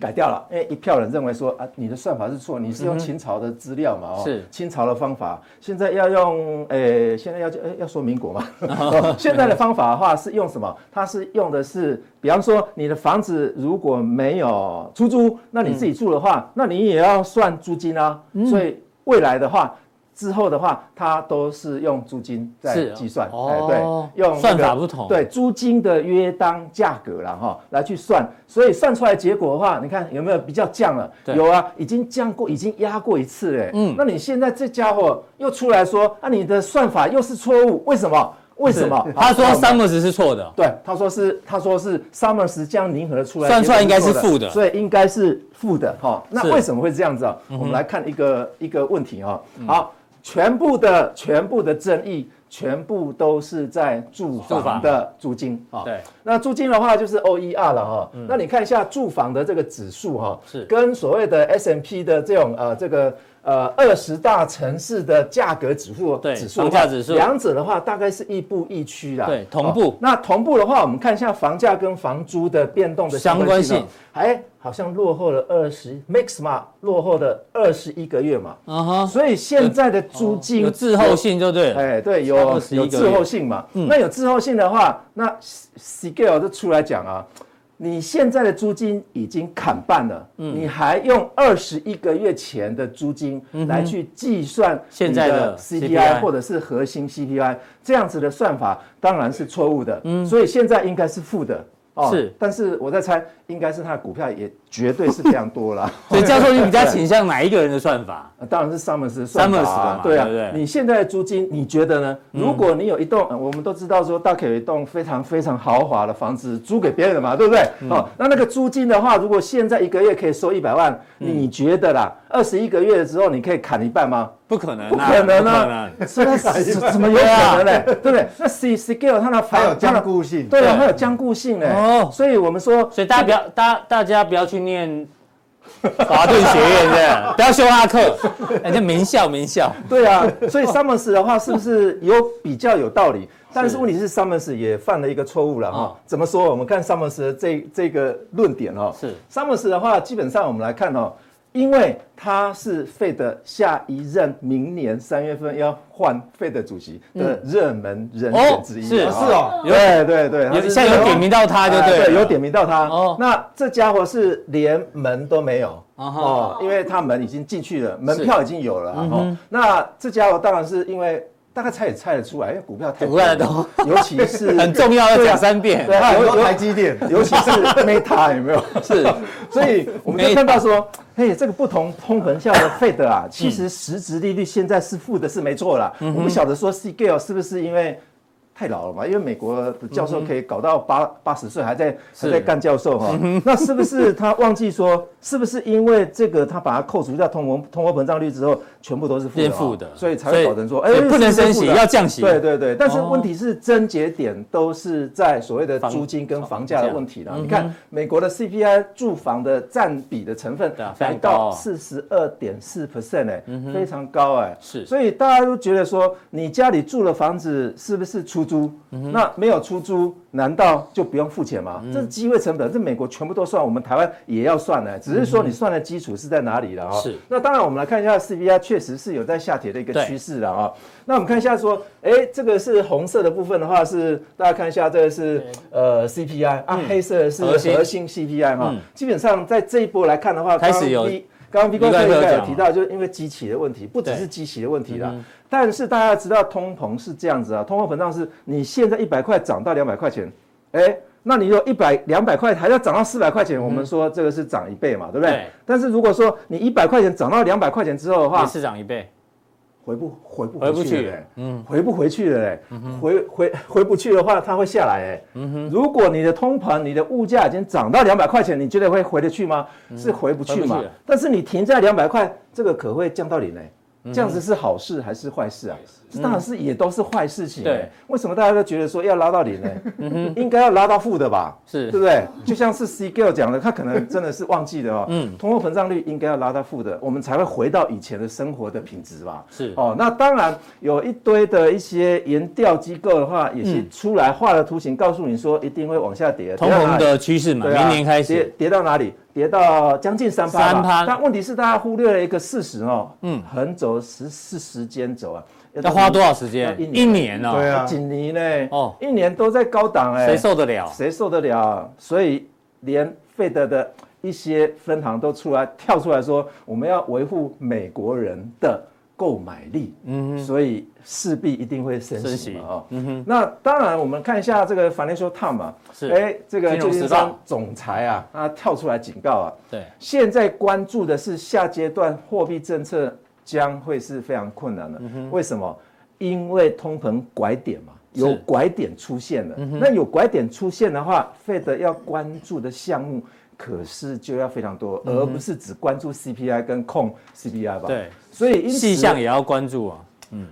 改掉嗯了，因哎为一票人认为说啊，你的算法是错，你是用清朝的资料嘛，哦，嗯是清朝的方法，现在要用，诶、现在要诶要说民国 嘛、哦现在的方法的话是用什么？它是用的是，比方说你的房子如果没有出租，那你自己住的嗯话，那你也要算租金啊，所以未来的话。之后的话，它都是用租金在是计算，哦哎，对，用那个算法不同对，对租金的约当价格啦哈，来去算，所以算出来结果的话，你看有没有比较降了？对有啊，已经降过，已经压过一次嘞。嗯，那你现在这家伙又出来说，啊，你的算法又是错误，为什么？为什么？他说好那我们 Summers 是错的，对，他说是，他说是 Summers 这样凝合出来，算出来应该是负的所以应该是负的哈、是嗯那为什么会这样子啊？我们来看一个一个问题哈、好，全部的全部的争议，全部都是在住住房房的租金啊、对，嗯那租金的话就是 OER 了哈、那你看一下住房的这个指数哈、是跟所谓的 S M P 的这种呃这个。呃，二十大城市的价格指数对指数的话，房价指数两者的话大概是亦步亦趋啦。对同步哦那同步的话，我们看一下房价跟房租的变动的相相关关性性哦，哎，好像落后了二十，max 嘛，落后了二十一个月嘛，嗯哼，所以现在的租金嗯有滞后，性就对了，哎，对，有21有个滞月嗯后性嘛，那有滞后性的话，那 Sigel 就出来讲啊。你现在的租金已经砍半了，嗯你还用二十一个月前的租金来去计算嗯现在你的的 CPI CPI 或者是核心 CPI 这样子的算法，当然是错误的。所以现在应该是负的。哦嗯是但是我在猜，应该是它的股票也绝对是非常多了。所以教授你比较倾向哪一个人的算法？啊当然是 Summers 的算法 Summers 的啊嘛，对啊嗯对不对你现在的租金，你觉得呢？如果你有一栋，呃我们都知道说大可有一栋非常非常豪华的房子租给别人的嘛，对不对？哦，那那个租金的话，如果现在一个月可以收一百万，你觉得啦，二十一个月之后你可以砍一半 吗？不可能啊，不可能不可啊能！所以它怎怎么有可能呢？ 对不对？那 C C g a l e 它的房还它有的坚固性对啊，对它有坚固性嘞。哦哦，所以我们说，所以大家不要，大大家不要 去念华顿学院的，不要修阿克，人家名校名校，对啊，所以 Summers 的话是不是有比较有道 理？但是问题是 Summers 也犯了一个错误了哈嗯。怎么说？我们看 Summers 的这这个论点哦，是 Summers 的话，基本上我们来看哦。因为他是费的下一任明年三月份要换费的主席的热门人选之一、嗯哦啊是哦，对对对，他有是现在有点名到他就啊对哎了，有点名到他。哦哦，那这家伙是连门都没有哈嗯哦，因为他门已经进去了，门票已经有了啊。哦，那这家伙当然是因为大概猜也猜得出来，因为股票太 股票多了，尤其是 很重要，要讲三遍。对啊，很尤多尤台积电，尤其是 Meta 有没有？是，所以我们就 Meta 看到 说，嘿，这个不同通膨下的 Fed 嗯啊，其实实质利率现在是负的，是没错啦。我不晓得说 C g a l e 是不是因为太老了嘛？因为美国的教授可以搞嗯到八八十岁还在还在干教授哈， 那是不是他忘记说，是不是因为这个他把它扣除掉通膨通货膨胀率之后，全部都是负的变啊，负的，所以才会搞成说，哎所以，不能是是升负息，的啊要降息。对对对，但是哦问题是症结点都是在所谓的房租金跟房价房的价嗯问题了。你看美国的 CPI 住房的占比的成分对啊非常来高到哦四十二点四 percent 哎，非常高哎、是所以大家都觉得说，你家里住的房子是不是出租？嗯那没有出租，难道就不用付钱吗？这是机会成本，这美国全部都算，我们台湾也要算呢。只是说你算的基础是在哪里了哈、嗯是那当然，我们来看一下 CPI，确实是有在下跌的一个对趋势了啊、那我们看一下说，哎，这个是红色的部分的话是，大家看一下，这个是呃 CPI 啊，黑色的是嗯核心嗯核心 CPI 哈、基本上在这一波来看的话，开始刚刚有 V- 刚刚 V 怪哥客有也讲提了到，就是因为机器的问题，不只对嗯是机器的问题啦。但是大家知道通膨是这样子啊，通货膨胀是你现在一百块涨到两百块钱，哎，那你有一百两百块还要涨到四百块钱，我们说这个是涨一倍嘛，对不对嗯对？但是如果说你一百块钱涨到两百块钱之后的话也，是涨一倍，回不回不回不去去了嘞，嗯，回不回去了嘞，回回回不去的话，它会下来哎，如果你的通膨、你的物价已经涨到两百块钱，你觉得会回得去吗？是嗯回不去回不嘛去了。但是你停在两百块，这个可会降到零嘞。这样子是好事还是坏事啊？这当然是也都是坏事情。对哎，为什么大家都觉得说要拉到零呢？应该要拉到负的吧？是嗯对不对？就像是 C g i l 讲的，他可能真的是忘记了哦。嗯嗯，通货膨胀率应该要拉到负的，我们才会回到以前的生活的品质吧。是哦，那当然有一堆的一些研调机构的话，也嗯是出来画了图形，告诉你说一定会往下跌，通跌到膨哪里的趋势嘛，对啊明年开跌始跌到哪里？跌到将近三趴吧。 3%但问题是大家忽略了一个事实哦，嗯，横轴是是时间轴啊，哎要花多少时间要？一一年年对哦，啊几年呢？哦哦，一年都在高档哎，谁受得了？谁受得了啊？所以连费德的一些分行都出来跳出来说，我们要维护美国人的购买力，嗯，所以势必一定会升升息息嗯嘛，哦，那当然我们看一下这个 Financial Times 啊，是哎，这个金融旧时金报山总裁啊，他跳出来警告啊，对，现在关注的是下阶段货币政策将会是非常困难的。嗯为什么？因为通膨拐点嘛，是嗯有拐点出现了。那有拐点出现的话，Fed 要关注的项目可是就要非常多，而不是只关注 CPI 跟控 CPI 吧？嗯对，所以因此细项也要关注啊。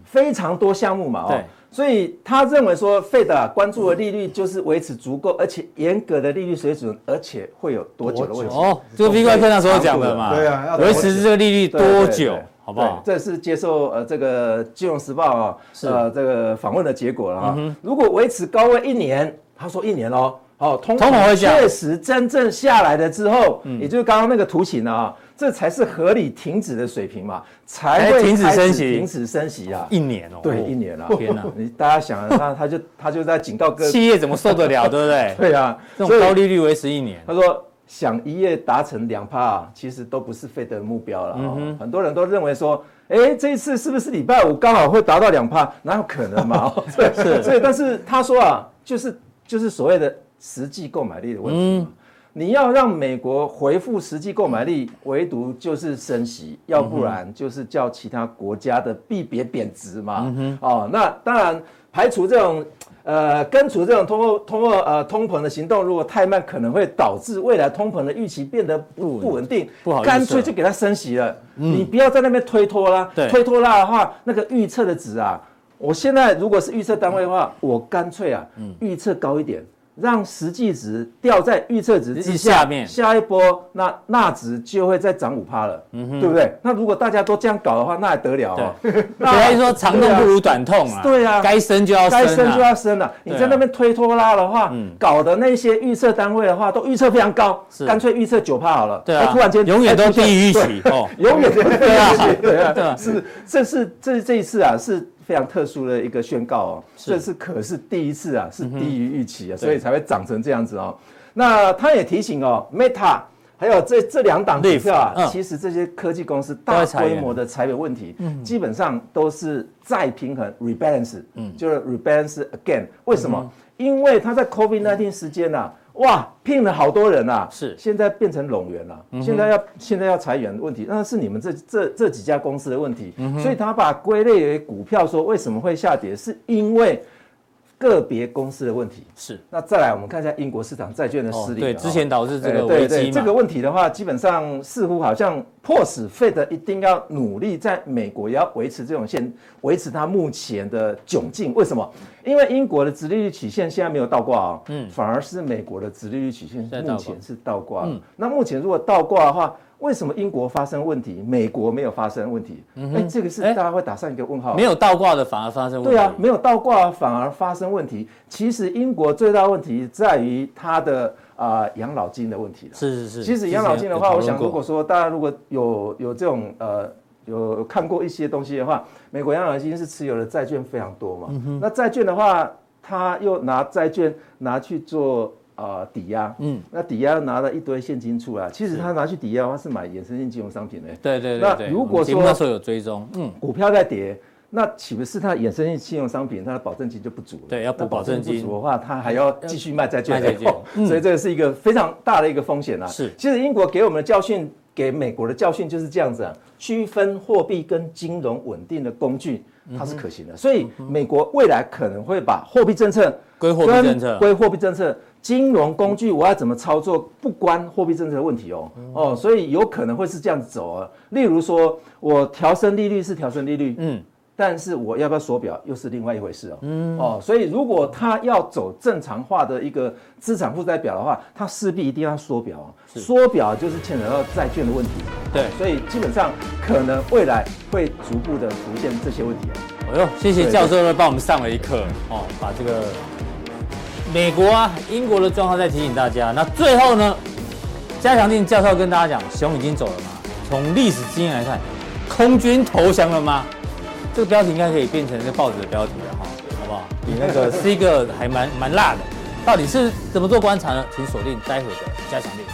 非常多项目嘛，哦对，所以他认为说 Fed 啊关注的利率就是维持足够而且严格的利率水准，而且会有多久的问题？哦，这个 V 怪客那时候讲的嘛，对啊要维持这个利率对对多对久对，好不好？对这是接受呃这个《金融时报》啊，呃这个访问的结果了哈、嗯如果维持高位一年，他说一年哦，好、通通膨会降嗯确实真正下来了之后，也就是刚刚那个图形啊，这才是合理停止的水平嘛，才哎会停止开始升息停止升息啊。一年哦，对，一年了、天哪 你大家想，他他就他就在警告各企业怎么受 得了，对不对？对啊，这所种以高利率维持一年，他说想一夜达成两趴、啊，其实都不是费德的目标了、哦很多人都认为说，哎，这一次是不是礼拜五刚好会达到两趴？哪有可能嘛？哦对，所以但是他说啊，就是就是所谓的实际购买力的问题嘛。你要让美国回复实际购买嗯力，唯独就是升息，要不然就是叫其他国家的币别贬值嗯嘛。哦，那当然排除这种。呃，根除这种通货通货呃通膨的行动，如果太慢，可能会导致未来通膨的预期变得不不稳定，不好预测嗯干脆就给它升息了。你不要在那边推脱啦对，推脱啦的话，那个预测的值啊，我现在如果是预测单位的话，我干脆啊，嗯预测高一点，让实际值掉在预测值之下下面下一波那纳值就会再涨五趴了，嗯对不对？那如果大家都这样搞的话，那还得了哦？ 所以说长痛不如短痛啊。对啊该升就要该升就升啊。要升了、你对啊嗯在那边推拖拉的话，搞的那些预测单位的话，都预测非常高是，干脆预测九趴好了。对啊哎突然间，永远哎都出现低于预对期哦。 永远对啊，对对啊啊，是这是这这一次啊是非常特殊的一个宣告哦，这是可是第一次啊是低于预期啊，所以才会长成这样子哦。那他也提醒哦，Meta 还有这这两档股票啊 Leaf，嗯其实这些科技公司都大会裁员规模的裁员问题，嗯基本上都是再平衡 rebalance，就是嗯 rebalance again。为什么？因为它在 COVID 1 9时间呐、啊。哇，聘了好多人啊！是嗯现在变成冗员了、现在要现在要裁员的问题，那是你们这这这几家公司的问题，嗯所以他把归类为股票，说为什么会下跌，是因为个别公司的问题。是那再来，我们看一下英国市场债券的哦失，灵、对，啊之前导致这哎个对危对机嘛，这个问题的话，基本上似乎好像迫使 Fed 一定要努力在美国也要维持这种现，维持它目前的窘境。为什么？因为英国的直利率曲线现在没有倒挂啊、嗯反而是美国的直利率曲线在倒挂目前是倒挂的。嗯那目前如果倒挂的话，为什么英国发生问题，美国没有发生问题？哎、这个是哎大家会打上一个问号。没有倒挂的反而哎发生问题。对啊，没有倒挂反而发生问题。其实英国最大问题在于它的啊、呃养老金的问题了。是是是。其实养老金的话，之前有我想讨论过如果说大家如果有有这种呃有看过一些东西的话，美国养老金是持有的债券非常多嘛。嗯那债券的话，他又拿债券拿去做。呃，抵押，嗯嗯，那抵押又拿了一堆现金出来，其实他拿去抵押的话是买衍生性金融商品的、对对对对，那如果我们节目说那时候有追踪，嗯，股票在跌，那岂不是它衍生性信用商品它的保证金就不足了？对要补那保证金不足的话，它还要继续卖债券，卖债券哦所以这个是一个非常大的一个风险啊。是其实英国给我们的教训，给美国的教训就是这样子啊，区分货币跟金融稳定的工具，它是可行的。所以美国未来可能会把货币政策归货币跟政策归货币政策。金融工具我要怎么操作，不关货币政策的问题哦嗯哦，所以有可能会是这样子走啊。例如说，我调升利率是调升利率，嗯嗯，但是我要不要锁表又是另外一回事哦。嗯哦，所以如果他要走正常化的一个资产负债表的话，他势必一定要缩表哦。缩表就是牵扯到债券的问题，对。所以基本上可能未来会逐步的出现这些问题哦。哎呦，谢谢教授呢，帮我们上了一课哦，把这个美国啊、英国的状况再提醒大家。那最后呢，加强定教授跟大家讲，熊已经走了吗？从历史经验来看，空军投降了吗？这个标题应该可以变成这报纸的标题了哈，好不好？比那个是一个还蛮蛮辣的，到底是怎么做观察呢？请锁定待会的加强定。